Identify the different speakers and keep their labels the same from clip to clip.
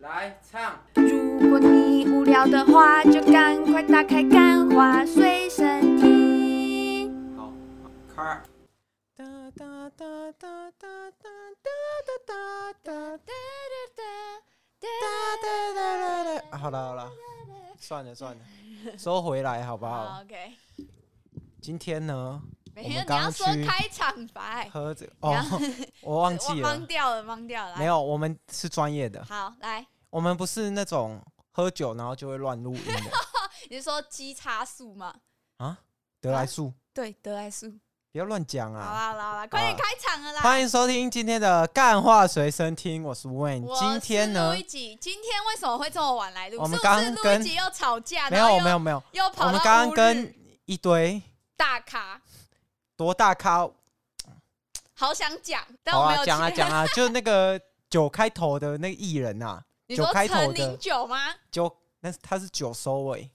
Speaker 1: 来唱，
Speaker 2: 如果你无聊的话，就赶快打开《干花随身听》。
Speaker 1: 好，开儿。
Speaker 3: 哒哒哒哒哒哒哒哒哒哒哒哒哒哒。好了好了，算了算了，收回来好不
Speaker 4: 好
Speaker 3: 好？
Speaker 4: ，OK。
Speaker 3: 今天呢，
Speaker 4: 没
Speaker 3: 我
Speaker 4: 有，
Speaker 3: 们
Speaker 4: 你要
Speaker 3: 刚
Speaker 4: 说
Speaker 3: 去
Speaker 4: 开场白，
Speaker 3: 喝这
Speaker 4: 你
Speaker 3: 哦
Speaker 4: 要，
Speaker 3: 我忘记
Speaker 4: 忘
Speaker 3: 了，
Speaker 4: 掉了，忘掉了。
Speaker 3: 没
Speaker 4: 有，
Speaker 3: 有，我们是专业的，
Speaker 4: 好，来，
Speaker 3: 我们不是那种喝酒然后就会乱录音的
Speaker 4: 你是说基差数吗？
Speaker 3: 啊。得来速，
Speaker 4: 对，得来速。
Speaker 3: 不要乱讲
Speaker 4: 好
Speaker 3: 啊！
Speaker 4: 啦，好啦，好啦，快点
Speaker 3: 啊
Speaker 4: 开场了啦。
Speaker 3: 欢迎收听今天的干话随身听，我是 Wayne。
Speaker 4: 我
Speaker 3: 今天
Speaker 4: 是
Speaker 3: 呢
Speaker 4: 录一，集，今天为什么会这么晚来录？
Speaker 3: 我们
Speaker 4: 是不是
Speaker 3: 刚
Speaker 4: 录
Speaker 3: 跟
Speaker 4: 一集又吵架，
Speaker 3: 没
Speaker 4: 然后
Speaker 3: 有
Speaker 4: 又
Speaker 3: 没有没有，
Speaker 4: 又跑
Speaker 3: 我
Speaker 4: 到
Speaker 3: 们刚刚
Speaker 4: 乌日
Speaker 3: 跟一堆
Speaker 4: 大咖，
Speaker 3: 多大咖
Speaker 4: 好想讲，但
Speaker 3: 好
Speaker 4: 我没
Speaker 3: 啊，
Speaker 4: 有
Speaker 3: 讲啊
Speaker 4: 去
Speaker 3: 讲 啊，就那个九开头的那个艺人啊，
Speaker 4: 你
Speaker 3: 九
Speaker 4: 说
Speaker 3: 开头
Speaker 4: 陈
Speaker 3: 的
Speaker 4: 零九吗？
Speaker 3: 九，那是他是九收 尾，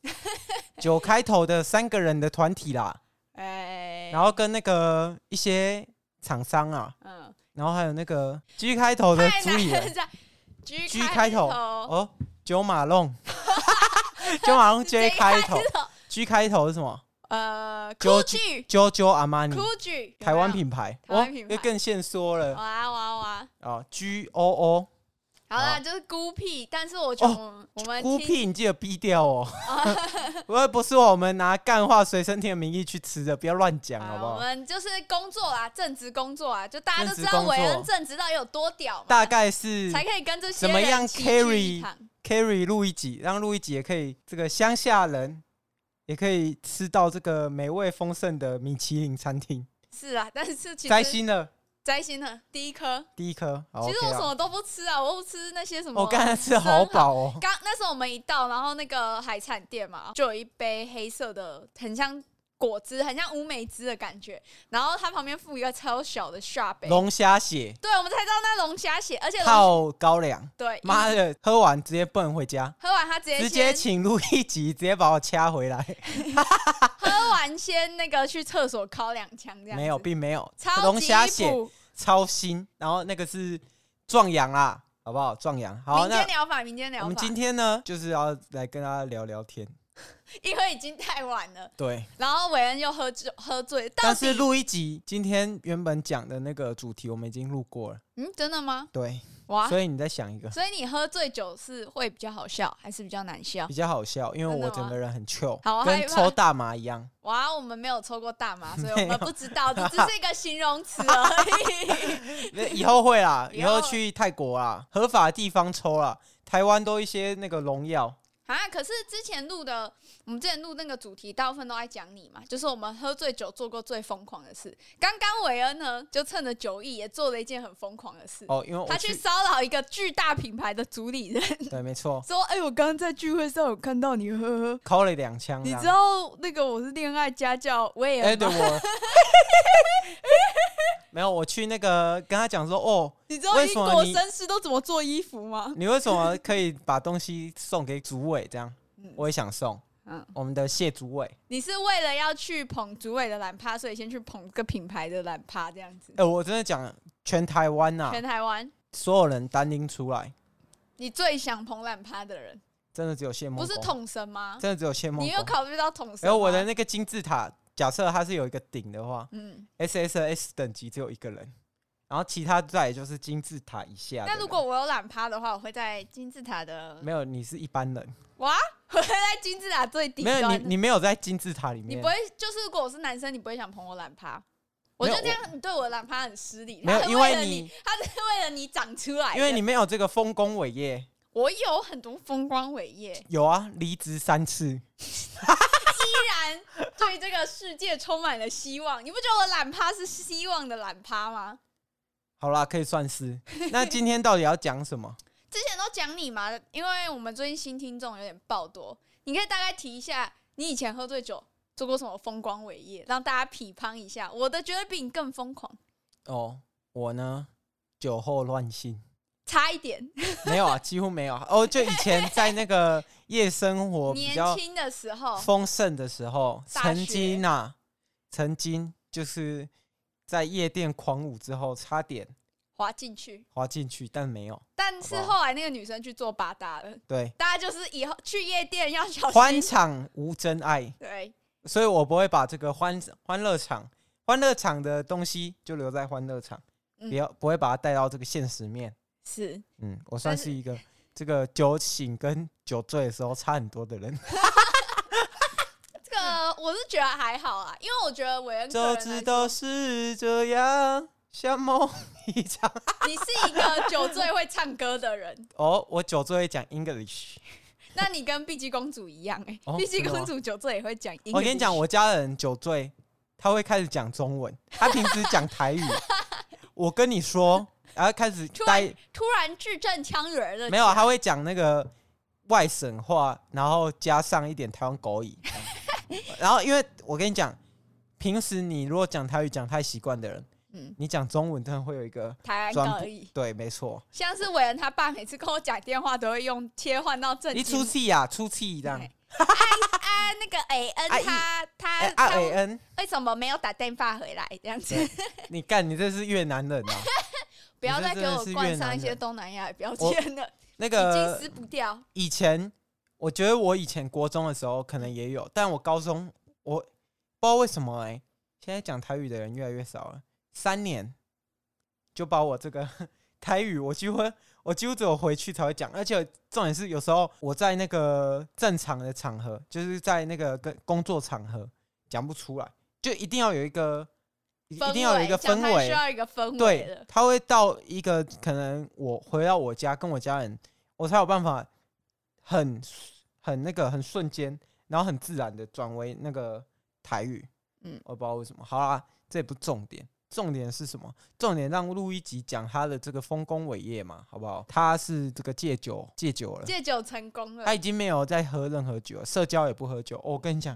Speaker 3: 九开头的三个人的团体啦，
Speaker 4: 哎，
Speaker 3: 然后跟那个一些厂商啊，
Speaker 4: 嗯，
Speaker 3: 然后还有那个 G 开头的
Speaker 4: 太
Speaker 3: 主理
Speaker 4: 难
Speaker 3: 人
Speaker 4: 了，G
Speaker 3: ，G
Speaker 4: 开
Speaker 3: 开头
Speaker 4: 头
Speaker 3: 哦，九马龙， 九马龙哦 J 开头
Speaker 4: 头，
Speaker 3: ，G 开头是什么？
Speaker 4: 呃，
Speaker 3: 九
Speaker 4: 酷剧，
Speaker 3: 九九阿玛尼，
Speaker 4: 酷剧，
Speaker 3: 嗯台湾
Speaker 4: 有没
Speaker 3: 品牌，
Speaker 4: 台
Speaker 3: 哦
Speaker 4: 湾，品牌哦
Speaker 3: 又更现说
Speaker 4: 有，
Speaker 3: 了
Speaker 4: 哇哇哇，
Speaker 3: 啊，G O O，
Speaker 4: 好啦，
Speaker 3: 好啊哦
Speaker 4: 就是孤僻，但是我觉得我们我们
Speaker 3: 孤
Speaker 4: 听，
Speaker 3: 僻，你记得逼掉哦。我 不是我们拿干话随身听的名义去吃的，不要乱讲好
Speaker 4: 啊
Speaker 3: 不
Speaker 4: 我
Speaker 3: 好？
Speaker 4: 们就是工作啊，正职工作啊，就大家都
Speaker 3: 正职
Speaker 4: 知道
Speaker 3: 工作
Speaker 4: 韦恩正职到底有多屌嘛，
Speaker 3: 大概是
Speaker 4: 才可以跟这些
Speaker 3: 怎么
Speaker 4: 人
Speaker 3: 样
Speaker 4: 齐聚
Speaker 3: carry
Speaker 4: 一堂
Speaker 3: carry 录一集，让录一集也可以这个乡下人也可以吃到这个美味丰盛的米其林餐厅。
Speaker 4: 是啊，但是其实
Speaker 3: 摘星了，
Speaker 4: 摘星了第一颗，
Speaker 3: 第一颗，好
Speaker 4: 其实我
Speaker 3: OK
Speaker 4: 什
Speaker 3: 啦。
Speaker 4: 么都不吃啊，我不吃那些什么。
Speaker 3: 我刚才吃的好饱哦，
Speaker 4: 刚那时候我们一到，然后那个海产店嘛，就有一杯黑色的，很像果汁，很像乌梅汁的感觉。然后它旁边附一个超小的下杯，
Speaker 3: 龙虾血
Speaker 4: 对，我们才知道那龙虾血，而且 龙
Speaker 3: 泡高粱，
Speaker 4: 对，
Speaker 3: 妈的，喝完直接奔回家，
Speaker 4: 喝完它直接
Speaker 3: 直接
Speaker 4: 先
Speaker 3: 请录一集，直接把我掐回来。
Speaker 4: 喝完先那个去厕所敲两枪这样子，
Speaker 3: 没有，并没有
Speaker 4: 超，级
Speaker 3: 龙虾血
Speaker 4: 补
Speaker 3: 超新，然后那个是壮阳啦，好不好？壮阳。好，
Speaker 4: 民
Speaker 3: 那
Speaker 4: 间疗法，民间疗法，
Speaker 3: 我们今天呢，就是要来跟大家聊聊天。
Speaker 4: 因为已经太晚了，
Speaker 3: 对，
Speaker 4: 然后韦恩又喝酒喝醉，到
Speaker 3: 但
Speaker 4: 底
Speaker 3: 是录一集，今天原本讲的那个主题我们已经录过了，
Speaker 4: 嗯真的吗？
Speaker 3: 对，
Speaker 4: 哇！
Speaker 3: 所以你再想 一个
Speaker 4: 所以你喝醉酒是会比较好笑，还是比较难笑
Speaker 3: 比？较好笑，因为
Speaker 4: 真的
Speaker 3: 我
Speaker 4: 吗
Speaker 3: 整个人很 chill，
Speaker 4: 好啊我害
Speaker 3: 跟
Speaker 4: 怕
Speaker 3: 抽大麻一样。
Speaker 4: 哇，我们没有抽过大 麻，所以我
Speaker 3: 没有
Speaker 4: 们不知道，这只是一个形容词而已。
Speaker 3: 那以后会啦，
Speaker 4: 以
Speaker 3: 以
Speaker 4: 后
Speaker 3: 后去泰国啦，合法的地方抽啦。台湾都一些那个农药，
Speaker 4: 啊，可是之前录的，我们之前录那个主题，大部分都在讲你嘛，就是我们喝醉酒做过最疯狂的事。刚刚韦恩呢，就趁着酒意也做了一件很疯狂的事，
Speaker 3: 哦，因为我
Speaker 4: 他去骚扰一个巨大品牌的主理 人，
Speaker 3: 对，没错，
Speaker 4: 说：“哎、我刚刚在聚会上有看到你，呵呵。”
Speaker 3: 敲了两枪这
Speaker 4: 你
Speaker 3: 样。
Speaker 4: 知道那个我是恋爱家教韦
Speaker 3: 哎、
Speaker 4: 恩
Speaker 3: 对
Speaker 4: 吗？
Speaker 3: 我没有，我去那个跟他讲说，哦，
Speaker 4: 你知道
Speaker 3: 为
Speaker 4: 英
Speaker 3: 什么
Speaker 4: 国
Speaker 3: 你
Speaker 4: 绅士都怎么做衣服吗？
Speaker 3: 你为什么可以把东西送给主委？这样
Speaker 4: 嗯，
Speaker 3: 我也想送。
Speaker 4: 嗯
Speaker 3: 我们的谢主委，
Speaker 4: 你是为了要去捧主委的懒趴，所以先去捧个品牌的懒趴这样子
Speaker 3: 哎、。我真的讲，全台湾呐、
Speaker 4: 全台湾，
Speaker 3: 所有人单拎出来，
Speaker 4: 你最想捧懒趴的人，
Speaker 3: 真的只有谢梦
Speaker 4: 不
Speaker 3: 工，
Speaker 4: 是统神吗？
Speaker 3: 真的只有谢梦
Speaker 4: 你有
Speaker 3: 工。
Speaker 4: 考虑到统神？
Speaker 3: 然后我的，那个金字塔，假设它是有一个顶的话
Speaker 4: 嗯，
Speaker 3: ，SSS 等级只有一个人，然后其他再来就是金字塔以下的人。
Speaker 4: 那如果我有懒趴的话，我会在金字塔的
Speaker 3: 啊没有你是一般人，
Speaker 4: 哇，我会在金字塔最底
Speaker 3: 没有
Speaker 4: 端。
Speaker 3: 你你没有在金字塔里
Speaker 4: 你
Speaker 3: 面，
Speaker 4: 不会，就是如果我是男生，你不会想捧我懒趴。我
Speaker 3: 没
Speaker 4: 就
Speaker 3: 有
Speaker 4: 这样，你对我的懒趴很失礼。
Speaker 3: 没有
Speaker 4: 他是
Speaker 3: 因为
Speaker 4: 了
Speaker 3: 你
Speaker 4: 你，他是为了你长出来的。
Speaker 3: 因为你没有这个丰功伟业。
Speaker 4: 我有很多风光伟业，
Speaker 3: 有啊，离职三次，
Speaker 4: 依然对这个世界充满了希望。你不觉得我懒趴是希望的懒趴吗？
Speaker 3: 好啦，可以算 是。那今天到底要讲什么？
Speaker 4: 之前都讲你嘛，因为我们最近新听众有点爆多，你可以大概提一下你以前喝醉酒做过什么风光伟业，让大家匹乓一下。我的觉得比你更疯狂，
Speaker 3: 哦，我呢，酒后乱性，
Speaker 4: 差一点。
Speaker 3: 没有啊，几乎没有啊。 哦，就以前在那个夜生活比
Speaker 4: 年
Speaker 3: 较
Speaker 4: 轻的时候，
Speaker 3: 丰盛的时候，
Speaker 4: 大
Speaker 3: 曾
Speaker 4: 学
Speaker 3: 经啊，曾经就是在夜店狂舞之后，差点
Speaker 4: 滑进去，
Speaker 3: 滑进去，但没有。
Speaker 4: 但是
Speaker 3: 好不好
Speaker 4: 后来那个女生去做八大了，
Speaker 3: 对，
Speaker 4: 大家就是以后去夜店要小
Speaker 3: 欢
Speaker 4: 心。
Speaker 3: 场无真爱，
Speaker 4: 对，
Speaker 3: 所以我不会把这个欢欢乐场、欢乐场的东西就留在欢乐场，
Speaker 4: 嗯
Speaker 3: 不要不会把它带到这个现实面。
Speaker 4: 是
Speaker 3: 嗯，我算
Speaker 4: 但是
Speaker 3: 是一 个这个酒醒跟酒醉的时候差很多的人。
Speaker 4: 这个，我是觉得还好啊，因为我觉得韦恩个
Speaker 3: 早
Speaker 4: 人
Speaker 3: 知
Speaker 4: 来
Speaker 3: 道是这样，像梦一场。
Speaker 4: 你是一个酒醉会唱歌的人，
Speaker 3: 哦，我酒醉会讲 English。
Speaker 4: 那你跟碧姬公主一样哎、
Speaker 3: 哦
Speaker 4: 碧姬
Speaker 3: 真的吗
Speaker 4: 公主酒醉也会讲英语。
Speaker 3: 我跟你讲，我家人酒醉，他会开始讲中文，他平时讲台 语。我跟你说，然后开始
Speaker 4: 突
Speaker 3: 带
Speaker 4: 然突然字正腔圆的，
Speaker 3: 没有，啊他会讲那个外省话，然后加上一点台湾狗 语。然后，因为我跟你讲，平时你如果讲台语讲太习惯的人，
Speaker 4: 嗯，
Speaker 3: 你讲中文真的会有一个
Speaker 4: 台
Speaker 3: 专
Speaker 4: 湾
Speaker 3: 不
Speaker 4: 而已。
Speaker 3: 对，没错，
Speaker 4: 像是伟恩他爸每次跟我讲电话都会用切换到正
Speaker 3: 一
Speaker 4: 经，
Speaker 3: 出气呀、出气这样。
Speaker 4: 对啊那个 A
Speaker 3: 啊
Speaker 4: N
Speaker 3: 一
Speaker 4: 他
Speaker 3: 哎
Speaker 4: 他
Speaker 3: 阿
Speaker 4: 他
Speaker 3: 伟恩，
Speaker 4: 为什么没有打电话回来这样子？
Speaker 3: 你干，你这是越南人 啊！
Speaker 4: 不要
Speaker 3: 这
Speaker 4: 再
Speaker 3: 真
Speaker 4: 给
Speaker 3: 的
Speaker 4: 我
Speaker 3: 是越
Speaker 4: 冠
Speaker 3: 南
Speaker 4: 上一些
Speaker 3: 人
Speaker 4: 东南亚的标签了，
Speaker 3: 那
Speaker 4: 已经
Speaker 3: 个
Speaker 4: 撕不掉。
Speaker 3: 以前，我觉得我以前国中的时候可能也有，但我高中我不知道为什么哎、现在讲台语的人越来越少了。三年就把我这个 台语，我几乎我几乎只有回去才会讲，而且重点是有时候我在那个正常的场合，就是在那个跟工作场合讲不出来，就一定要有一个一
Speaker 4: 氛
Speaker 3: 定要有一
Speaker 4: 围
Speaker 3: 个
Speaker 4: 讲
Speaker 3: 氛
Speaker 4: 话
Speaker 3: 围
Speaker 4: 需，要一个氛围
Speaker 3: 对
Speaker 4: 了，。
Speaker 3: 他会到一个可能我回到我家跟我家人，我才有办法很很那个很瞬间，然后很自然的转为那个台语。
Speaker 4: 嗯
Speaker 3: 我不知道为什么。好啦，这也不重点，重点是什么？重点让录一集讲他的这个丰功伟业嘛，好不好？他是这个戒酒戒酒了，
Speaker 4: 戒酒成功了
Speaker 3: 他，已经没有再喝任何酒了，社交也不喝酒。哦我跟你讲，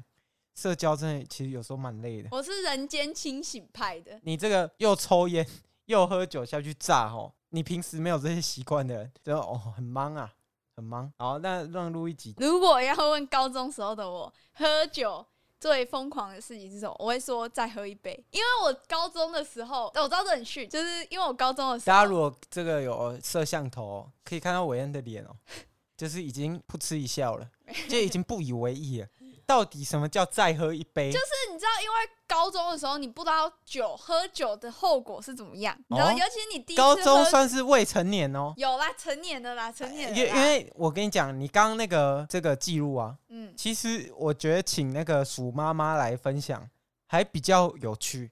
Speaker 3: 社交真的其实有时候蛮累的。
Speaker 4: 我是人间清醒派的，
Speaker 3: 你这个又抽烟又喝酒下去炸哦，你平时没有这些习惯的人，就哦很忙啊，很忙。好，那让录一集
Speaker 4: 如果要问高中时候的我，喝酒最疯狂的事情是什么？我会说再喝一杯，因为我高中的时候，我知道这很逊，就是因为我高中的时
Speaker 3: 大家
Speaker 4: 候
Speaker 3: 如，果这个有摄像头哦、可以看到韦恩的脸哦， 就是已经噗嗤一笑了，就已经不以为意了。到底什么叫再喝一杯？就是
Speaker 4: 你知道，因为高中的时候你不知道酒喝酒的后果是怎么样，你知道，
Speaker 3: 哦
Speaker 4: 尤其是你第一次
Speaker 3: 高
Speaker 4: 喝
Speaker 3: 中算是未成年哦，
Speaker 4: 有啦，成年的啦，成年
Speaker 3: 因
Speaker 4: 的啦，
Speaker 3: 因为我跟你讲，你刚刚那个这个记录啊，
Speaker 4: 嗯，
Speaker 3: 其实我觉得请那个鼠妈妈来分享还比较有趣。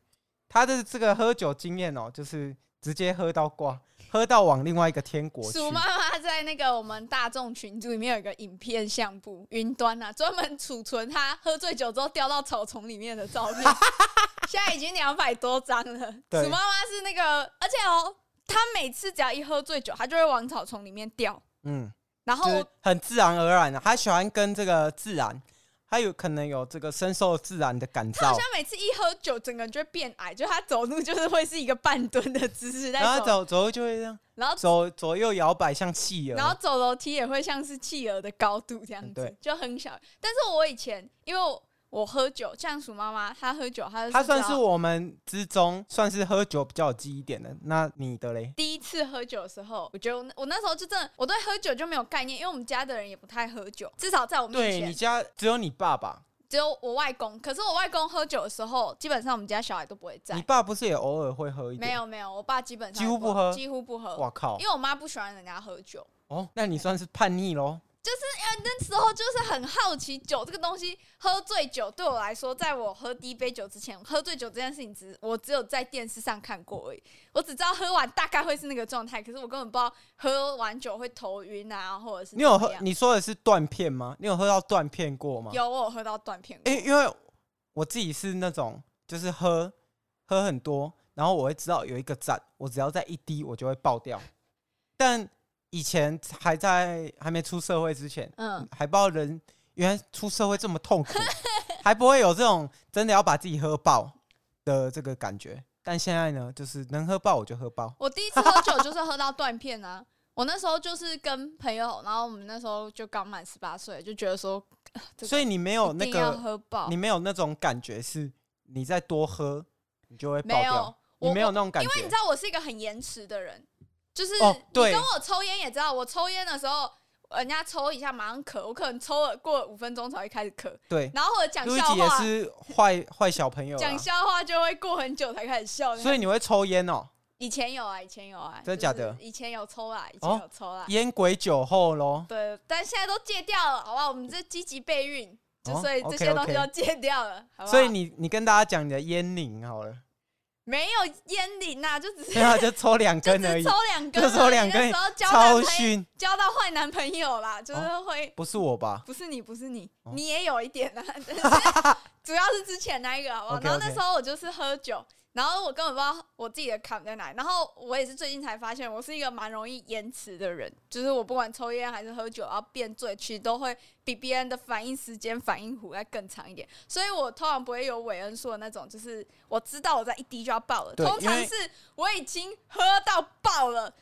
Speaker 3: 她的这个喝酒经验哦，就是直接喝到挂，喝到往另外一个天国去。
Speaker 4: 鼠妈妈在那个我们大众群组里面有一个影片相簿，云端啊， 专门储存她喝醉酒之后掉到草丛里面的照 片，现在已经两百多张了。
Speaker 3: 对
Speaker 4: 鼠妈妈是那个，而且哦，她每次只要一喝醉酒，她就会往草丛里面掉，
Speaker 3: 嗯，
Speaker 4: 然
Speaker 3: 就
Speaker 4: 后
Speaker 3: 是很自然而然的、她喜欢跟这个自然，她有可能有这个深受自然的感
Speaker 4: 她好
Speaker 3: 召
Speaker 4: 像，每次一喝酒，整个人就会变矮，就她走路就是会是一个半蹲的姿势在
Speaker 3: 然后她
Speaker 4: 走，
Speaker 3: 走走路就会这样
Speaker 4: 然后
Speaker 3: 走左右摇摆，像企
Speaker 4: 然后
Speaker 3: 鹅。
Speaker 4: 走楼梯也会像是企鹅的高度这样
Speaker 3: 嗯
Speaker 4: 子，
Speaker 3: 对
Speaker 4: 就很小。但是我以前因为我喝酒，像鼠妈妈她喝酒，她就
Speaker 3: 她算是
Speaker 4: 只要
Speaker 3: 我们之中算是喝酒比较有记忆点的。那你的嘞？
Speaker 4: 第一次喝酒的时候，我觉得我那我那时候就真的我对喝酒就没有概念，因为我们家的人也不太喝酒，至少在我面
Speaker 3: 对你
Speaker 4: 前
Speaker 3: 家只有你爸爸，
Speaker 4: 只有我外公。可是我外公喝酒的时候，基本上我们家小孩都不会
Speaker 3: 你
Speaker 4: 在。
Speaker 3: 爸不是也偶尔会喝一点？
Speaker 4: 没有没有，我爸基本上
Speaker 3: 几乎
Speaker 4: 也
Speaker 3: 不喝
Speaker 4: 几乎不喝，
Speaker 3: 哇靠
Speaker 4: 因！为我妈不喜欢人家喝酒。
Speaker 3: 哦，那你算是叛逆喽？
Speaker 4: 那时候就是很好奇酒这个东西，喝醉酒对我来说，在我喝第一杯酒之前，喝醉酒这件事情只我只有在电视上看过而已，我只知道喝完大概会是那个状态，可是我根本不知道喝完酒会头晕啊，或者是
Speaker 3: 你有
Speaker 4: 怎么
Speaker 3: 喝？
Speaker 4: 样
Speaker 3: 你说的是断片吗？你有喝到断片过吗？。
Speaker 4: 有我有喝到断片过，
Speaker 3: 因因为我自己是那种，就是喝喝很多，然后我会知道有一个站，我只要再一滴，我就会爆掉。但以前还在还没出社会之前，
Speaker 4: 嗯，
Speaker 3: 还不知道人原来出社会这么 痛苦，还不会有这种真的要把自己喝爆的这个感觉。但现在呢，就是能喝爆我就喝爆。
Speaker 4: 我第一次喝酒就是喝到断片啊，我那时候就是跟朋友，然后我们那时候就刚满十八岁，就觉得说，呃这个
Speaker 3: 所以你没有
Speaker 4: 一
Speaker 3: 那
Speaker 4: 定要
Speaker 3: 个
Speaker 4: 喝爆
Speaker 3: 你，没有那种感觉，是你再多喝，你就会爆
Speaker 4: 没
Speaker 3: 掉
Speaker 4: 有。我
Speaker 3: 你没有那种感
Speaker 4: 因
Speaker 3: 觉
Speaker 4: 为你知道我是一个很延迟的人，就是
Speaker 3: 哦
Speaker 4: 你
Speaker 3: 对
Speaker 4: 跟我抽烟也知道，我抽烟的时候，人家抽一下马上咳，我可能抽了过了五分钟才会开始咳，
Speaker 3: 对，
Speaker 4: 然后或者讲
Speaker 3: 路易
Speaker 4: 笑
Speaker 3: 吉也
Speaker 4: 话，
Speaker 3: 是坏坏小朋友啦，
Speaker 4: 讲笑话就会过很久才开始笑。
Speaker 3: 所以你会抽烟哦，
Speaker 4: 以前有啊，以前有啊，
Speaker 3: 真的假的哦
Speaker 4: 就是以前有抽啊，以前有抽啊，
Speaker 3: 烟鬼酒后喽。
Speaker 4: 对，但现在都戒掉了，好不好？我们这积极备孕，就
Speaker 3: 哦
Speaker 4: 所以这些
Speaker 3: OK，OK
Speaker 4: 东西都戒掉了，好不好？啊
Speaker 3: 所以你你跟大家讲你的烟龄好了，
Speaker 4: 没有烟龄呐，就只是
Speaker 3: 对啊，就抽两
Speaker 4: 就
Speaker 3: 根而
Speaker 4: 只
Speaker 3: 已
Speaker 4: 抽，两根而已，
Speaker 3: 就抽两根
Speaker 4: 那时候交
Speaker 3: 超
Speaker 4: 男朋友
Speaker 3: 逊，哦
Speaker 4: 交到坏男朋友啦，就是会、
Speaker 3: 不是我吧？
Speaker 4: 不是你，不是你，
Speaker 3: 哦
Speaker 4: 你也有一点啊， 但是主要是之前那一个好不好
Speaker 3: OK，OK
Speaker 4: 然后那时候我就是喝酒，然后我根本不知道我自己的坎在哪里，然后我也是最近才发现，我是一个蛮容易延迟的人，就是我不管抽烟还是喝酒，然后变醉，其实都会比别人的反应时间、反应弧要更长一点，所以我通常不会有韦恩说的那种，就是我知道我在一滴就要爆了，
Speaker 3: 对
Speaker 4: 通常
Speaker 3: 因为
Speaker 4: 是我已经喝到爆了。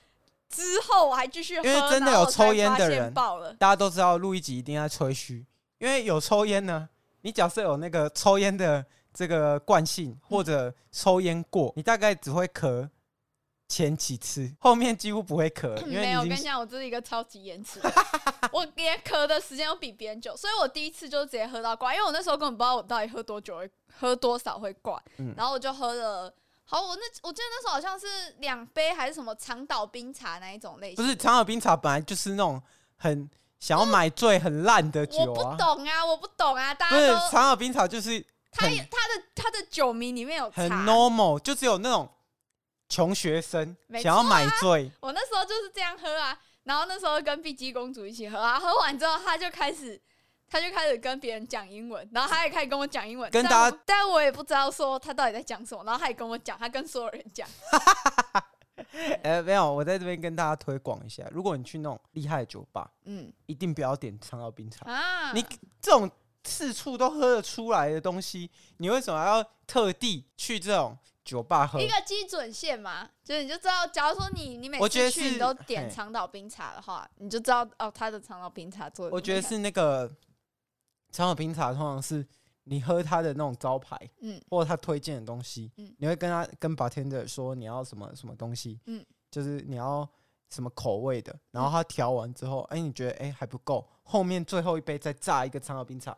Speaker 4: 之后我还继续喝，
Speaker 3: 因为真的
Speaker 4: 然后
Speaker 3: 有
Speaker 4: 我才
Speaker 3: 抽烟的
Speaker 4: 发现
Speaker 3: 人
Speaker 4: 爆了，
Speaker 3: 大家都知道路易吉一定要吹嘘，因为有抽烟呢，你假设有那个抽烟的这个惯性或者抽烟过，你大概只会咳前几次，后面几乎不会咳，因
Speaker 4: 嗯没
Speaker 3: 为
Speaker 4: 有，我
Speaker 3: 你已
Speaker 4: 跟你
Speaker 3: 经
Speaker 4: 讲，我就是一个超级延迟的人，我连咳的时间都比别人久，所以我第一次就直接喝到挂，因为我那时候根本不知道我到底喝多久会喝多少会挂，
Speaker 3: 嗯
Speaker 4: 然后我就喝了，好，我那我记得那时候好像是两杯还是什么长岛冰茶那一种类
Speaker 3: 不
Speaker 4: 型，
Speaker 3: 是长岛冰茶本来就是那种很想要买醉很烂的
Speaker 4: 我
Speaker 3: 酒
Speaker 4: 不
Speaker 3: 啊，
Speaker 4: 懂啊，我不懂啊，大
Speaker 3: 不
Speaker 4: 家
Speaker 3: 是
Speaker 4: 都
Speaker 3: 长岛冰茶就是
Speaker 4: 他
Speaker 3: 很
Speaker 4: 也他的他的酒名里面有
Speaker 3: 很
Speaker 4: 茶，
Speaker 3: normal，就只有那种穷学生
Speaker 4: 没啊
Speaker 3: 想要买醉，
Speaker 4: 我那时候就是这样喝啊，然后那时候跟碧姬公主一起喝啊，喝完之后她就开始，她就开始跟别人讲英文，然后她也开始跟我讲英文，
Speaker 3: 跟
Speaker 4: 但
Speaker 3: 大
Speaker 4: 我
Speaker 3: 家
Speaker 4: 但我也不知道说她到底在讲什么，然后她也跟我讲，她跟所有人 讲，
Speaker 3: 呃，没有，我在这边跟大家推广一下，如果你去那种厉害的酒吧，
Speaker 4: 嗯
Speaker 3: 一定不要点长岛冰茶，
Speaker 4: 啊，
Speaker 3: 你这种次数都喝得出来的东西，你为什么要特地去这种酒吧喝
Speaker 4: 一？个基准线嘛，就是你就知道，假如说你你每
Speaker 3: 我觉
Speaker 4: 次
Speaker 3: 得
Speaker 4: 去
Speaker 3: 是
Speaker 4: 你都点
Speaker 3: 嘿
Speaker 4: 长岛冰茶的话，你就知道哦，他的长岛冰茶做的，
Speaker 3: 我觉得，是那个长岛冰茶，通常是你喝它的那种招牌，
Speaker 4: 嗯
Speaker 3: 或者他推荐的东西，
Speaker 4: 嗯
Speaker 3: 你会跟他跟 bartender 说你要什么什么东西，
Speaker 4: 嗯
Speaker 3: 就是你要什么口味的，然后他调完之后，哎、你觉得哎、还不够，后面最后一杯再榨一个长岛冰茶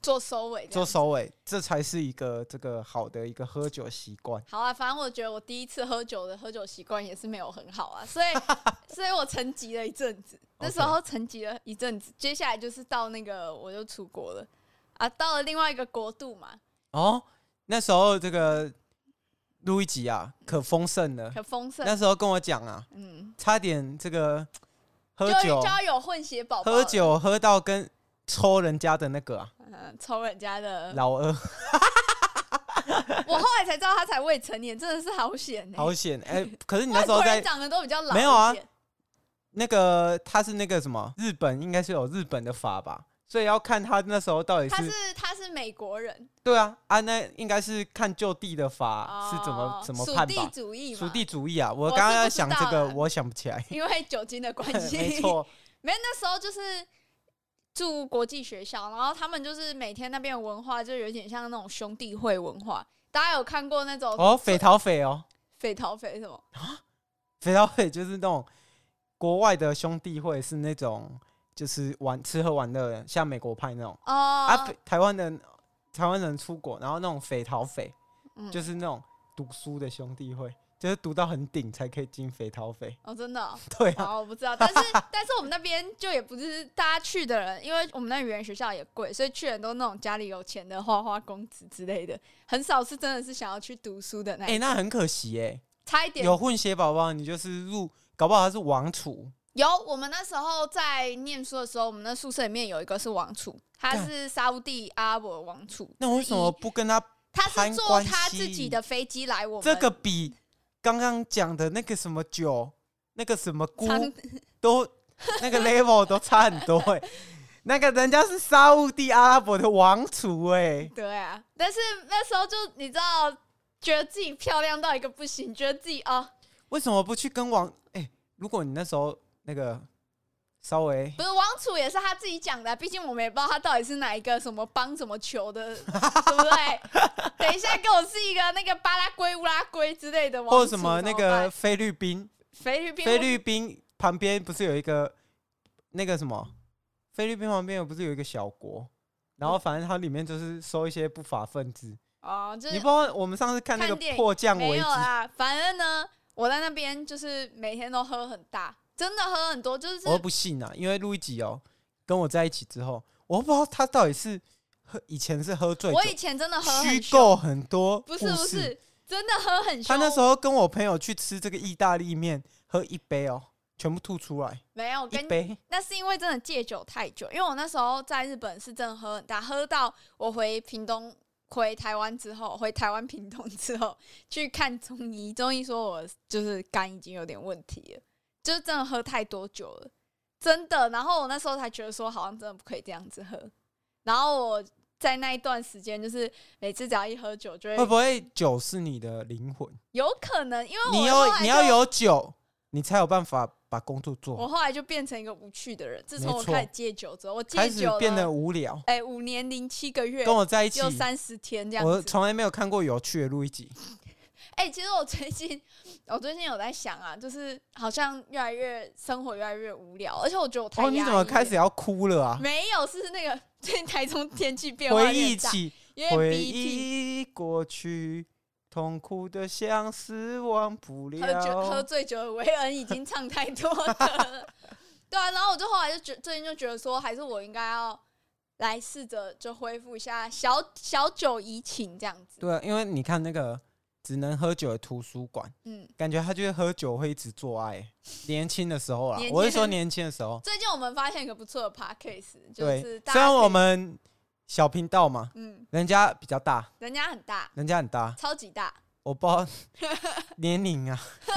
Speaker 4: 做收尾这样，
Speaker 3: 做收尾，这才是一个这个好的一个喝酒习惯。
Speaker 4: 好啊，反正我觉得我第一次喝酒的喝酒习惯也是没有很好啊，所以所以我沉寂了一阵子。那时候沉寂了一阵子，接下来就是到那个我就出国了啊，到了另外一个国度嘛，
Speaker 3: 哦，那时候这个路易吉啊，可丰盛了。
Speaker 4: 很丰盛
Speaker 3: 那，时候跟我讲啊，
Speaker 4: 嗯，
Speaker 3: 差点这个喝
Speaker 4: 就
Speaker 3: 酒
Speaker 4: 就要有混血宝宝了
Speaker 3: 喝，酒喝到跟抽人家的那个啊，
Speaker 4: 嗯，抽人家的。
Speaker 3: 老 二。
Speaker 4: 我后来才知道他才未成年，真的是好险呢、欸
Speaker 3: 好险！哎、 可是你那
Speaker 4: 外
Speaker 3: 时候
Speaker 4: 国人
Speaker 3: 在
Speaker 4: 长得都比较老一点，
Speaker 3: 没有啊那个，他是那个什么日本，应该是有日本的法吧，所以要看他那时候到底
Speaker 4: 他
Speaker 3: 是
Speaker 4: 是他是美国人，
Speaker 3: 对啊啊，那应该是看就地的法
Speaker 4: 哦
Speaker 3: 啊是怎么怎么
Speaker 4: 属
Speaker 3: 判
Speaker 4: 地
Speaker 3: 吧。
Speaker 4: 主义嘛，
Speaker 3: 属地主义啊，我
Speaker 4: 我
Speaker 3: 刚刚
Speaker 4: 是
Speaker 3: 要
Speaker 4: 不知
Speaker 3: 想这
Speaker 4: 道啊
Speaker 3: 个，
Speaker 4: 啦
Speaker 3: 我想不起来。
Speaker 4: 因为酒精的关系，
Speaker 3: 没错，
Speaker 4: 没有，那时候就是住国际学校，然后他们就是每天那边的文化就有点像那种兄弟会文化。大家有看过那种
Speaker 3: 哦，匪逃匪哦，
Speaker 4: 匪逃匪什么？
Speaker 3: 匪逃匪就是那种国外的兄弟会，是那种就是玩吃喝玩乐，像美国派那种。
Speaker 4: 哦、
Speaker 3: 啊，匪台湾人台湾人出国，然后那种匪逃匪，
Speaker 4: 嗯
Speaker 3: 就是那种读书的兄弟会，就是读到很顶才可以进匪逃匪。
Speaker 4: 哦，真的哦、
Speaker 3: 对啊，
Speaker 4: 哦，我不知道，但是但是我们那边就也不是大家去的人，因为我们那语言学校也贵，所以去的人都那种家里有钱的花花公子之类的，很少是真的是想要去读书的那
Speaker 3: 哎、
Speaker 4: 一种，
Speaker 3: 那很可惜哎、
Speaker 4: 差一点
Speaker 3: 有混血宝宝，你就是入，搞不好他是王储，
Speaker 4: 有，我们那时候在念书的时候，我们的宿舍里面有一个是王储，他
Speaker 3: 干
Speaker 4: 是沙乌地阿拉伯王储之一。
Speaker 3: 那为什么不跟他？
Speaker 4: 他是
Speaker 3: 攀
Speaker 4: 坐
Speaker 3: 关
Speaker 4: 他
Speaker 3: 系
Speaker 4: 自己的飞机来我们
Speaker 3: 这个比刚刚讲的那个什么酒，那个什么菇
Speaker 4: 长
Speaker 3: 都那个 level 都差很多哎、 那个人家是沙烏地阿拉伯的王储哎、
Speaker 4: 对啊，但是那时候就你知道，觉得自己漂亮到一个不行，觉得自己哦，
Speaker 3: 欸为什么不去跟王？哎、如果你那时候那个稍微
Speaker 4: 不是王楚也是他自己讲的啊，毕竟我们也不知道他到底是哪一个什么帮什么球 的，对不对？等一下给我是一个那个巴拉圭、乌拉圭之类的王
Speaker 3: 或者
Speaker 4: 楚
Speaker 3: 什么那
Speaker 4: 怎
Speaker 3: 个
Speaker 4: 办
Speaker 3: 菲律宾，
Speaker 4: 菲律宾
Speaker 3: 菲律宾旁边不是有一个那个什么？菲律宾旁边不是有一个小国？然后反正它里面就是收一些不法分子。
Speaker 4: 哦，就
Speaker 3: 你
Speaker 4: 是
Speaker 3: 不知道我们上次看那个
Speaker 4: 看电影
Speaker 3: 迫降
Speaker 4: 没
Speaker 3: 危
Speaker 4: 有啊
Speaker 3: 机，
Speaker 4: 啦。反正呢，我在那边就是每天都喝很大，真的喝很多，就是
Speaker 3: 我都不信啊，因为路易吉哦跟我在一起之后，我不知道他到底是喝以前是喝醉
Speaker 4: 我以
Speaker 3: 酒，
Speaker 4: 前真的喝
Speaker 3: 虚
Speaker 4: 很
Speaker 3: 构
Speaker 4: 凶，
Speaker 3: 很多
Speaker 4: 不
Speaker 3: 故
Speaker 4: 是
Speaker 3: 事。
Speaker 4: 不是，真的喝很
Speaker 3: 他
Speaker 4: 凶。
Speaker 3: 那时候跟我朋友去吃这个意大利面，喝一杯哦，全部吐出来，
Speaker 4: 没有我
Speaker 3: 一
Speaker 4: 跟
Speaker 3: 杯。
Speaker 4: 那是因为真的戒酒太久，因为我那时候在日本是真的喝很大，喝到我回屏东、回台湾之后，回台湾屏东之后去看中医，中医说我就是肝已经有点问题了，就是真的喝太多酒了，真的。然后我那时候才觉得说，好像真的不可以这样子喝。然后我在那一段时间，就是每次只要一喝酒，就
Speaker 3: 会
Speaker 4: 会
Speaker 3: 不会酒是你的灵魂？
Speaker 4: 有可能，因为我
Speaker 3: 你
Speaker 4: 后
Speaker 3: 有
Speaker 4: 来
Speaker 3: 你
Speaker 4: 就
Speaker 3: 要有酒，你才有办法把工作做
Speaker 4: 我
Speaker 3: 好。
Speaker 4: 后来就变成一个无趣的人。自从
Speaker 3: 没
Speaker 4: 我
Speaker 3: 错
Speaker 4: 开始戒酒之后，我戒
Speaker 3: 开始
Speaker 4: 酒了
Speaker 3: 变得无聊，
Speaker 4: 哎、五年零七个月，
Speaker 3: 跟我在一起，
Speaker 4: 就三十天这
Speaker 3: 我
Speaker 4: 样子。
Speaker 3: 从来没有看过有趣的录一集。
Speaker 4: 哎、其实我最近，我最近有在想啊，就是好像越来越生活越来越无聊，而且我觉得我太
Speaker 3: 哦，你
Speaker 4: 压
Speaker 3: 怎么
Speaker 4: 抑
Speaker 3: 开
Speaker 4: 了
Speaker 3: 始要哭了啊？
Speaker 4: 没有，是那个最近台中天气变化有
Speaker 3: 回
Speaker 4: 点
Speaker 3: 忆
Speaker 4: 大，
Speaker 3: 起
Speaker 4: 因为
Speaker 3: 回
Speaker 4: BT
Speaker 3: 忆过去，痛苦的相思忘不
Speaker 4: 喝酒喝
Speaker 3: 了。
Speaker 4: 醉酒的维恩已经唱太多了。 对啊，然后我就后来就觉，最近就觉得说，还是我应该要来试着就恢复一下小小酒怡情这样子。
Speaker 3: 对啊，因为你看那个只能喝酒的图书馆，
Speaker 4: 嗯，
Speaker 3: 感觉他就是喝酒会一直做 爱。年轻的时候啦
Speaker 4: 年，轻
Speaker 3: 我是说年轻的时候。
Speaker 4: 最近我们发现一个不错的 podcast，就
Speaker 3: 对
Speaker 4: 是，大
Speaker 3: 虽
Speaker 4: 家
Speaker 3: 然
Speaker 4: 可以
Speaker 3: 我们小频道嘛，
Speaker 4: 嗯，
Speaker 3: 人家比较大，
Speaker 4: 人家很大，
Speaker 3: 人家很大，
Speaker 4: 超级大，
Speaker 3: 我不知 道年龄啊，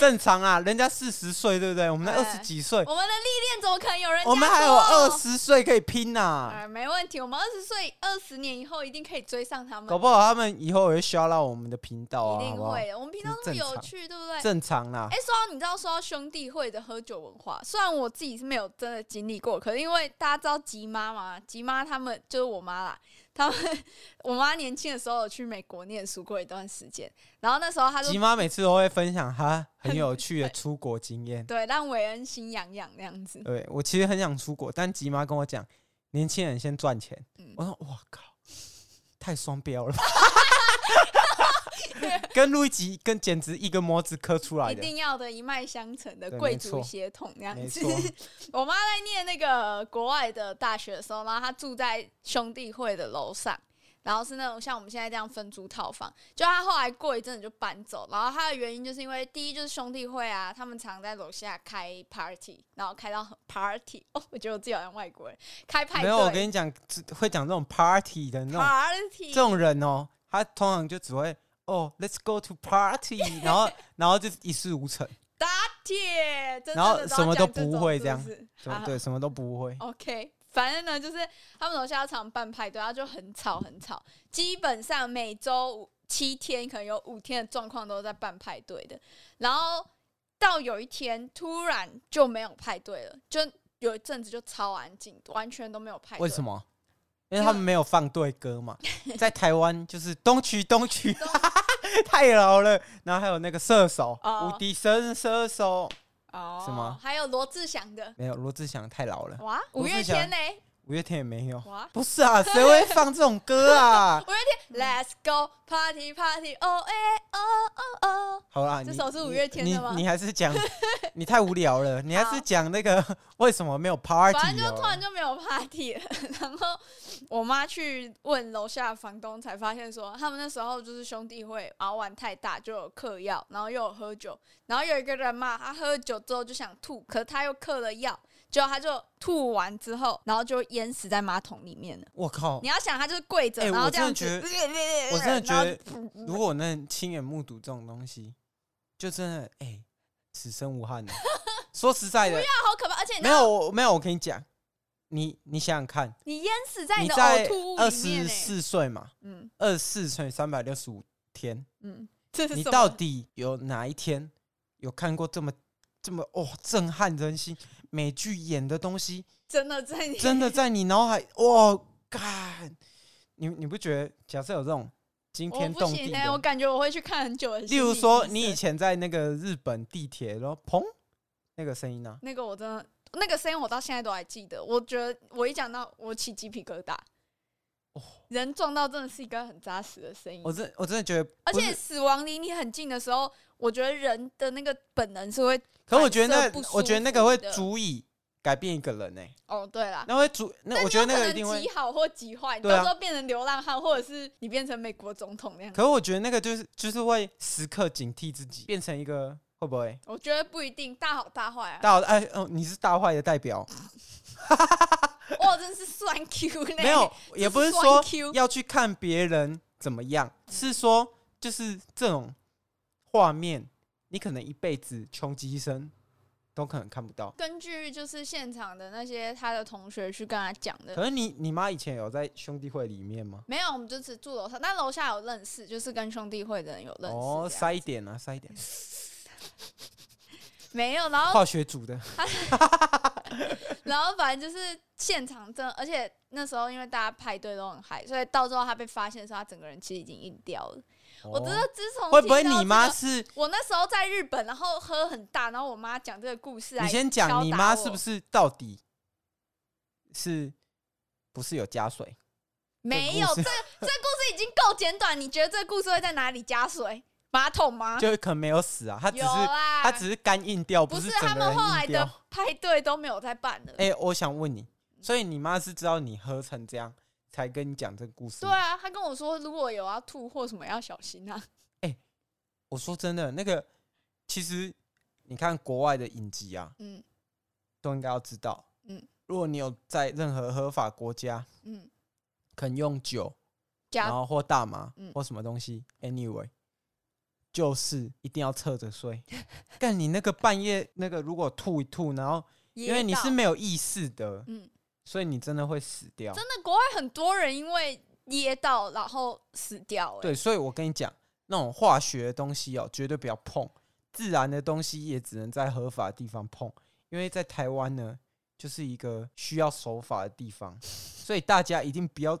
Speaker 3: 正常啊，人家四十岁对不对？我们才
Speaker 4: 对
Speaker 3: 二十几岁，
Speaker 4: 我们的历练怎么可能有人家
Speaker 3: 我们还有
Speaker 4: 多
Speaker 3: 二，十岁可以拼啊呐、
Speaker 4: 哎，没问题，我们二十岁、二十年以后一定可以追上他们，
Speaker 3: 搞不好他们以后也会 shout out 我们的频道啊，
Speaker 4: 一定
Speaker 3: 好不好
Speaker 4: 会的。我们平常那么有趣，对不对？
Speaker 3: 正常啦
Speaker 4: 哎、。说到你知道，说到兄弟会的喝酒文化，虽然我自己是没有真的经历过，可是因为大家知道吉妈嘛，吉妈他们就是我妈啦，他们 我妈年轻的时候有去美国念书过一段时间，然后那时候她就
Speaker 3: 吉妈每次都会分享她很有趣的出国经验。
Speaker 4: 对让韦恩心痒痒那样子，
Speaker 3: 对我其实很想出国，但吉妈跟我讲，年轻人先赚钱。
Speaker 4: 嗯
Speaker 3: 我说哇靠，太双标 了吧，跟路易吉跟简直一个模子刻出来
Speaker 4: 一
Speaker 3: 的，
Speaker 4: 定啊要的一脉相承的
Speaker 3: 对
Speaker 4: 贵
Speaker 3: 没
Speaker 4: 族
Speaker 3: 错
Speaker 4: 血统那样
Speaker 3: 没
Speaker 4: 子
Speaker 3: 错。。
Speaker 4: 我妈在念那个国外的大学的时候，然后她住在兄弟会的楼上，然后是那种像我们现在这样分租套房。就她后来过一阵子就搬走，然后她的原因就是因为第一就是兄弟会啊，他们常在楼下开 party，然后开到很 party 哦，我觉得我自己好像外国人开派对，
Speaker 3: 没有，我跟你讲，只会讲这种 party 的那种
Speaker 4: party
Speaker 3: 这种人哦，他通常就只会哦，Let's go to party，然后 然后就一事无成，
Speaker 4: 打铁，真的
Speaker 3: 然后
Speaker 4: 的
Speaker 3: 什么
Speaker 4: 都要
Speaker 3: 都
Speaker 4: 讲这
Speaker 3: 不
Speaker 4: 种
Speaker 3: 会
Speaker 4: 是
Speaker 3: 这样
Speaker 4: 是
Speaker 3: 什
Speaker 4: 啊
Speaker 3: 么对什么都不会。
Speaker 4: OK，反正呢，就是他们楼下常办派对，然后就很吵很吵，基本上每周五七天，可能有五天的状况都在办派对的。然后到有一天突然就没有派对了，就有一阵子就超安静，完全都没有派对。
Speaker 3: 为什
Speaker 4: 么？
Speaker 3: 么？因为他们没有放对歌嘛，在台湾就是东区东区， 太老了。然后还有那个射手，
Speaker 4: 哦
Speaker 3: 无敌神射手，
Speaker 4: 哦，
Speaker 3: 是吗
Speaker 4: 还有罗志祥的
Speaker 3: 没有罗志祥太老了，
Speaker 4: 哇，五
Speaker 3: 罗
Speaker 4: 月
Speaker 3: 志祥
Speaker 4: 天嘞
Speaker 3: 五月天也没有。
Speaker 4: 哇。
Speaker 3: 不是啊，谁会放这种歌 啊？
Speaker 4: Let's go party party oh 哎哦哦哦，
Speaker 3: 好啦，
Speaker 4: 这
Speaker 3: 你
Speaker 4: 首是五月天的
Speaker 3: 你
Speaker 4: 吗
Speaker 3: 你你还是 讲，你太无聊了，你还
Speaker 4: 好
Speaker 3: 是讲那个为什么没有 party？哦
Speaker 4: 反正
Speaker 3: 好
Speaker 4: 就
Speaker 3: 了
Speaker 4: 突然就没有 party 了。然后我妈去问楼下的房东，才发现说他们那时候就是兄弟会熬玩太大，就有嗑药，然后又有喝酒，然后有一个人嘛，他喝了酒之后就想吐，可他又嗑了药，结果他就吐完之后，然后就淹死在马桶里面了。
Speaker 3: 我靠
Speaker 4: 你！要想，他就是跪着，
Speaker 3: 哦哎
Speaker 4: 然后这样子，
Speaker 3: 我真的我真的觉得， 如果我能亲眼目睹这种东西，就真的哎、此生无 憾了。啊说实在的，
Speaker 4: 好可怕！而且你知
Speaker 3: 没
Speaker 4: 道
Speaker 3: 有，我没有，我跟你讲，你你想想看，
Speaker 4: 你淹死在
Speaker 3: 你
Speaker 4: 你的
Speaker 3: 在
Speaker 4: 呕吐物
Speaker 3: 二
Speaker 4: 里面、
Speaker 3: 十
Speaker 4: 欸，
Speaker 3: 四岁嘛，
Speaker 4: 嗯
Speaker 3: 二十四乘以三百六十五天，
Speaker 4: 嗯，这是
Speaker 3: 你
Speaker 4: 什么
Speaker 3: 到底有哪一天有看过这么这么哦震撼人心，美剧演的东 西
Speaker 4: 真的在你
Speaker 3: 真的在你脑海哇干，你你不觉得？假设有这种惊
Speaker 4: 我
Speaker 3: 天
Speaker 4: 不
Speaker 3: 动地
Speaker 4: 行哎、我
Speaker 3: 的，
Speaker 4: 感觉我会去看很久 的心理医
Speaker 3: 例如
Speaker 4: 生。
Speaker 3: 说你以前在那个日本地铁，然后砰那个声音啊呢、
Speaker 4: 那个我真的那个声音，我到现在都还记得。我觉得我一讲到我起鸡皮疙瘩。
Speaker 3: 哦
Speaker 4: 人撞到真的是一个很扎实的声音，
Speaker 3: 我真我真的觉得不
Speaker 4: 嗯而
Speaker 3: 是
Speaker 4: 且死亡离你很近的时候，我觉得人的那个本能是会
Speaker 3: 可我觉得
Speaker 4: 反射
Speaker 3: 那
Speaker 4: 不，
Speaker 3: 我
Speaker 4: 舒
Speaker 3: 觉得那个
Speaker 4: 服
Speaker 3: 会
Speaker 4: 的
Speaker 3: 足以改变一个人呢、
Speaker 4: 哦，对啦，
Speaker 3: 那会足，那
Speaker 4: 但
Speaker 3: 我
Speaker 4: 你
Speaker 3: 觉得
Speaker 4: 有
Speaker 3: 那
Speaker 4: 可
Speaker 3: 个一
Speaker 4: 能
Speaker 3: 定会
Speaker 4: 极，好或极坏，你
Speaker 3: 对啊
Speaker 4: 到时候变成流浪汉，或者是你变成美国总统那样。
Speaker 3: 可我觉得那个就是就是会时刻警惕自己，变成一个会不会
Speaker 4: 我觉得不一定，大好大坏啊！
Speaker 3: 大哎哦，你是大坏的代 表，
Speaker 4: 哇，真是酸 Q 呢。
Speaker 3: 没有，也不是
Speaker 4: 酸
Speaker 3: 说
Speaker 4: Q
Speaker 3: 要去看别人怎么样，是说就是这种画面，你可能一辈子穷极一生都可能看不到。
Speaker 4: 根据就是现场的那些他的同学去跟他讲的，
Speaker 3: 可是你你妈以前有在兄弟会里面吗？
Speaker 4: 没有，我们就只住楼上，但楼下有认识，就是跟兄弟会的人有认识。
Speaker 3: 哦，
Speaker 4: 这样
Speaker 3: 塞一点啊，塞一点，
Speaker 4: 没有，然后
Speaker 3: 化学组的，
Speaker 4: 然后反正就是现场真的，而且那时候因为大家排队都很嗨，所以到时候他被发现的时候，他整个人其实已经硬掉了。我真
Speaker 3: 哦
Speaker 4: 的自从
Speaker 3: 会不会
Speaker 4: 听到
Speaker 3: 你
Speaker 4: 这
Speaker 3: 妈
Speaker 4: 个
Speaker 3: 是？
Speaker 4: 我那时候在日本，然后喝很大，然后我妈讲这个故事来
Speaker 3: 你
Speaker 4: 敲打我，
Speaker 3: 先讲，你妈是不是到底是不是有加水？
Speaker 4: 没有？
Speaker 3: 这个
Speaker 4: 这
Speaker 3: 故事
Speaker 4: 这个故事已经够简短，你觉得这个故事会在哪里加水？马桶吗？
Speaker 3: 就可能没有死啊，她只
Speaker 4: 有
Speaker 3: 是
Speaker 4: 啦，
Speaker 3: 她只是干硬掉，
Speaker 4: 不
Speaker 3: 是
Speaker 4: 是
Speaker 3: 整
Speaker 4: 他
Speaker 3: 个人
Speaker 4: 们后来
Speaker 3: 硬
Speaker 4: 的
Speaker 3: 掉。
Speaker 4: 派对都没有再办了。
Speaker 3: 哎、我想问你，所以你妈是知道你喝成这样才跟你讲这个故事？
Speaker 4: 对。啊，他跟我说如果有要吐或什么要小心啊。
Speaker 3: 我说真的，那个其实你看国外的影集啊，
Speaker 4: 嗯
Speaker 3: 都应该要知道。嗯
Speaker 4: 嗯，
Speaker 3: 如果你有在任何合法国家
Speaker 4: 嗯，
Speaker 3: 肯用酒，然
Speaker 4: 加
Speaker 3: 后或大麻、
Speaker 4: 嗯
Speaker 3: 或什么东西，anyway，就是一定要侧着 睡。但你那个半夜那个如果吐一吐，然后因为你是没有意识的，
Speaker 4: 嗯，
Speaker 3: 所以你真的会死掉。
Speaker 4: 真的国外很多人因为噎到然后死掉、欸，
Speaker 3: 对，所以我跟你讲，那种化学的东西哦，绝对不要碰。自然的东西也只能在合法的地方碰，因为在台湾呢，就是一个需要守法的地方，所以大家一定不要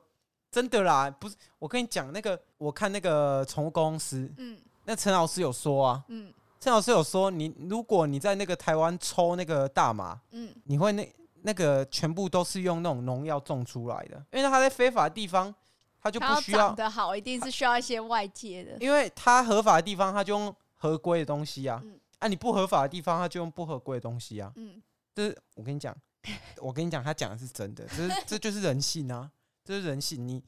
Speaker 3: 真的啦，不是我跟你讲那个，我看那个宠物公司，
Speaker 4: 嗯
Speaker 3: 那陈老师有说啊，
Speaker 4: 嗯
Speaker 3: 郑老师有说，你如果你在那个台湾抽那个大麻，
Speaker 4: 嗯，
Speaker 3: 你会那那个全部都是用那种农药种出来的，因为它在非法的地方，它就
Speaker 4: 他
Speaker 3: 不
Speaker 4: 要
Speaker 3: 需要
Speaker 4: 长，得好，一定是需要一些外界的。
Speaker 3: 因为它合法的地方，它就用合规的东西啊。
Speaker 4: 嗯
Speaker 3: 啊，你不合法的地方，它就用不合规的东西啊。
Speaker 4: 嗯，
Speaker 3: 这是我跟你讲， 我跟你讲，他讲的是真的，这是这就是人性啊， 这是人性。你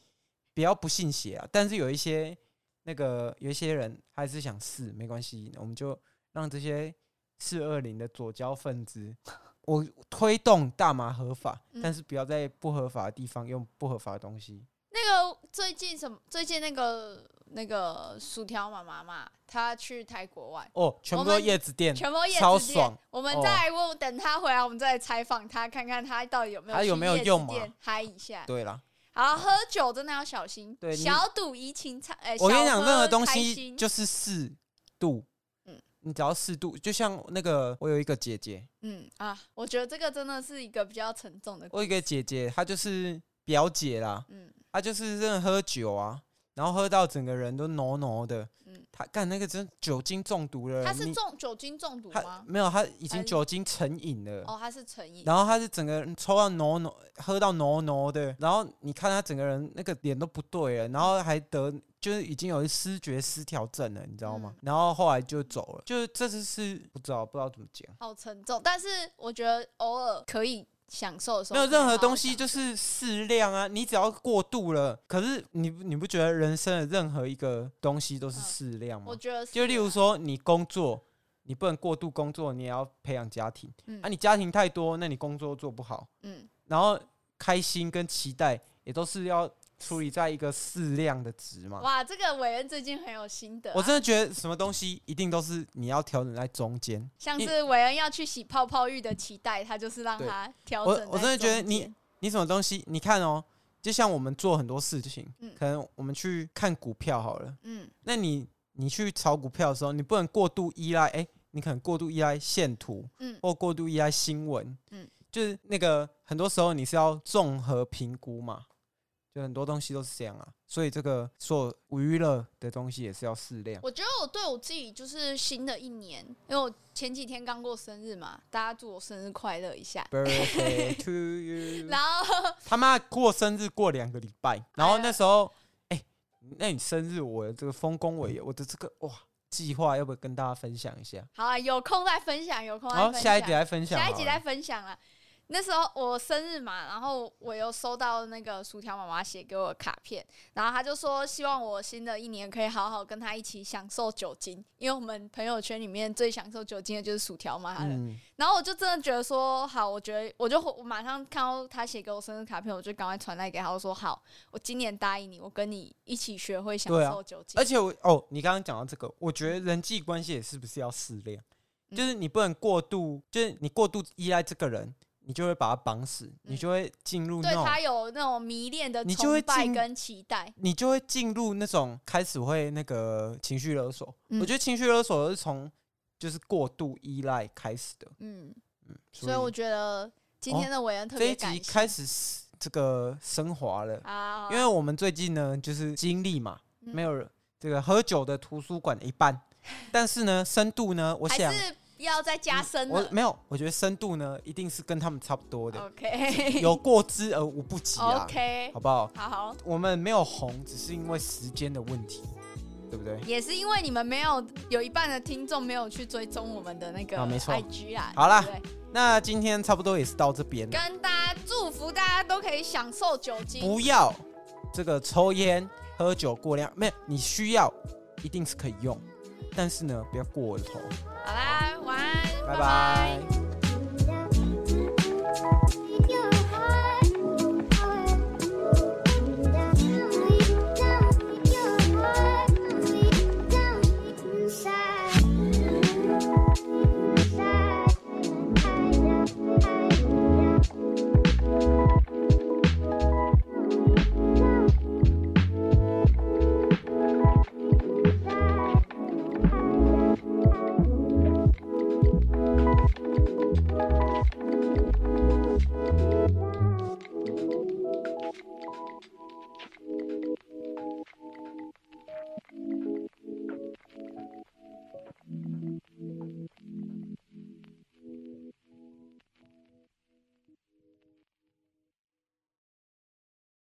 Speaker 3: 不要不信邪啊，但是有一些那个有一些人他还是想试，没关系，我们就让这些四二零的左交分子， 我推动大麻合法，
Speaker 4: 嗯
Speaker 3: 但是不要在不合法的地方用不合法的东西。
Speaker 4: 那个最近什么？最近那个那个薯条妈妈嘛，她去台国玩。
Speaker 3: 哦，全部
Speaker 4: 我
Speaker 3: 都
Speaker 4: 们
Speaker 3: 叶子店，
Speaker 4: 全部叶
Speaker 3: 超
Speaker 4: 子店
Speaker 3: 爽，
Speaker 4: 我们
Speaker 3: 哦
Speaker 4: 再来问，等他回来，我们再来采访他，看看他到底有没有
Speaker 3: 他有
Speaker 4: 去
Speaker 3: 没有
Speaker 4: 叶子
Speaker 3: 用嘛
Speaker 4: 店嗨一下。
Speaker 3: 对啦，
Speaker 4: 好，喝酒真的要小心，
Speaker 3: 对你
Speaker 4: 小赌怡情餐。哎、
Speaker 3: 我跟你
Speaker 4: 小
Speaker 3: 讲，
Speaker 4: 喝
Speaker 3: 任何东
Speaker 4: 开
Speaker 3: 西
Speaker 4: 心
Speaker 3: 就是适度，
Speaker 4: 嗯
Speaker 3: 你只要适度，就像那个我有一个姐姐，
Speaker 4: 嗯啊，我觉得这个真的是一个比较沉重的故
Speaker 3: 我
Speaker 4: 事。
Speaker 3: 有一个姐姐，她就是表姐啦，
Speaker 4: 嗯，
Speaker 3: 她就是真的喝酒啊，然后喝到整个人都挪挪的，
Speaker 4: 嗯
Speaker 3: 她干那个真酒精中毒了，
Speaker 4: 他是
Speaker 3: 你
Speaker 4: 中酒精中毒
Speaker 3: 她
Speaker 4: 吗？
Speaker 3: 没有，她已
Speaker 4: 还
Speaker 3: 经
Speaker 4: 是
Speaker 3: 酒精成瘾了。
Speaker 4: 哦，他是成瘾。
Speaker 3: 然后她是整个人抽到挪挪，喝到挪挪的，然后你看她整个人那个脸都不对了，然后还得就是已经有失觉失调症了，你知道吗？
Speaker 4: 嗯
Speaker 3: 然后后来就走了，就是这次是不知道不知道怎么讲，
Speaker 4: 好沉重，但是我觉得偶尔可以享受的时候，
Speaker 3: 没有任何东
Speaker 4: 可以
Speaker 3: 西
Speaker 4: 好好
Speaker 3: 就是适量啊，你只要过度了。可是你你不觉得人生的任何一个东西都是
Speaker 4: 嗯
Speaker 3: 适量
Speaker 4: 享
Speaker 3: 吗
Speaker 4: 我？觉得是
Speaker 3: 就例如说你工作，你不能过度工作，你也要培养家庭
Speaker 4: 嗯
Speaker 3: 啊。你家庭太多，那你工作做不好，
Speaker 4: 嗯，
Speaker 3: 然后开心跟期待也都是要处理在一个适量的值嘛。
Speaker 4: 哇，这个伟恩最近很有心得啊、
Speaker 3: 我真的觉得什么东西一定都是你要调整在中间。
Speaker 4: 像
Speaker 3: 你
Speaker 4: 是韦恩要去洗泡泡浴的期待，他就是让
Speaker 3: 对
Speaker 4: 他调
Speaker 3: 我
Speaker 4: 整。
Speaker 3: 我真的觉得你，你什么东西，你看哦，就像我们做很多事情，
Speaker 4: 嗯
Speaker 3: 可能我们去看股票好了，
Speaker 4: 嗯
Speaker 3: 那你你去炒股票的时候，你不能过度依赖，哎、你可能过度依赖线图，
Speaker 4: 嗯
Speaker 3: 或过度依赖新闻，
Speaker 4: 嗯
Speaker 3: 就是那个很多时候你是要综合评估嘛，就很多东西都是这样啊，所以这个所有娱乐的东西也是要适 量。
Speaker 4: 我觉得我对我自己就是新的一年，因为我前几天刚过生日嘛，大家祝我生日快乐一下。
Speaker 3: Birthday to you！
Speaker 4: 然后
Speaker 3: 他妈过生日过两个礼拜，然后
Speaker 4: 哎呀
Speaker 3: 那时候，哎、那你生日我的这个丰功
Speaker 4: 嗯
Speaker 3: 伟业，我的这个哇计划，要不要跟大家分享一下？
Speaker 4: 好啊，有空再分享，有空再
Speaker 3: 好，
Speaker 4: 分享。
Speaker 3: 下一集来分享好
Speaker 4: 下
Speaker 3: 了，
Speaker 4: 一集再分享啊。那时候我生日嘛，然后我又收到那个薯条妈妈写给我的卡片，然后她就说希望我新的一年可以好好跟她一起享受酒精，因为我们朋友圈里面最享受酒精的就是薯条妈了。
Speaker 3: 嗯，
Speaker 4: 然后我就真的觉得说好，我觉得我就我马上看到她写给我生日卡片，我就赶快传来给她，我说好，我今年答应你，我跟你一起学会享
Speaker 3: 对啊
Speaker 4: 受酒精。
Speaker 3: 而且我哦，你刚刚讲到这个，我觉得人际关系也是不是要适量，
Speaker 4: 嗯
Speaker 3: 就是你不能过度，就是你过度依赖这个人，你就会把他绑死，你
Speaker 4: 嗯
Speaker 3: 就会进入那
Speaker 4: 对
Speaker 3: 种，
Speaker 4: 她有那种迷恋的
Speaker 3: 你就会
Speaker 4: 崇拜
Speaker 3: 进
Speaker 4: 跟期待，
Speaker 3: 你就会进入那种开始会那个情绪勒索。
Speaker 4: 嗯
Speaker 3: 我觉得情绪勒索是从就是过度依赖开始的，
Speaker 4: 嗯。
Speaker 3: 嗯，
Speaker 4: 所以我觉得今天的韦恩特
Speaker 3: 哦这
Speaker 4: 别
Speaker 3: 一
Speaker 4: 感
Speaker 3: 集
Speaker 4: 谢
Speaker 3: 开始是这个升华了，
Speaker 4: 啊，
Speaker 3: 因为我们最近呢就是经历嘛，
Speaker 4: 嗯
Speaker 3: 没有这个喝酒的图书馆的一半， 但是呢深度呢，我
Speaker 4: 还
Speaker 3: 想。嗯
Speaker 4: 是要再加深
Speaker 3: 我
Speaker 4: 了。
Speaker 3: 没有，我觉得深度呢一定是跟他们差不多的，
Speaker 4: OK
Speaker 3: 有过之而无不及啊
Speaker 4: OK，
Speaker 3: 好不好？
Speaker 4: 好好，
Speaker 3: 我们没有红，只是因为时间的问题，对不对？
Speaker 4: 也是因为你们没有有一半的听众没有去追踪我们的那个
Speaker 3: 啊没错
Speaker 4: IG 啦。
Speaker 3: 好啦
Speaker 4: 对不对
Speaker 3: 那今天差不多也是到这边了，
Speaker 4: 跟大家祝福大家都可以享受酒精，
Speaker 3: 不要这个抽烟、喝酒过量，没有你需要，一定是可以用，但是呢，不要过了头。
Speaker 4: 好啦，晚安，
Speaker 3: 拜
Speaker 4: 拜
Speaker 3: 拜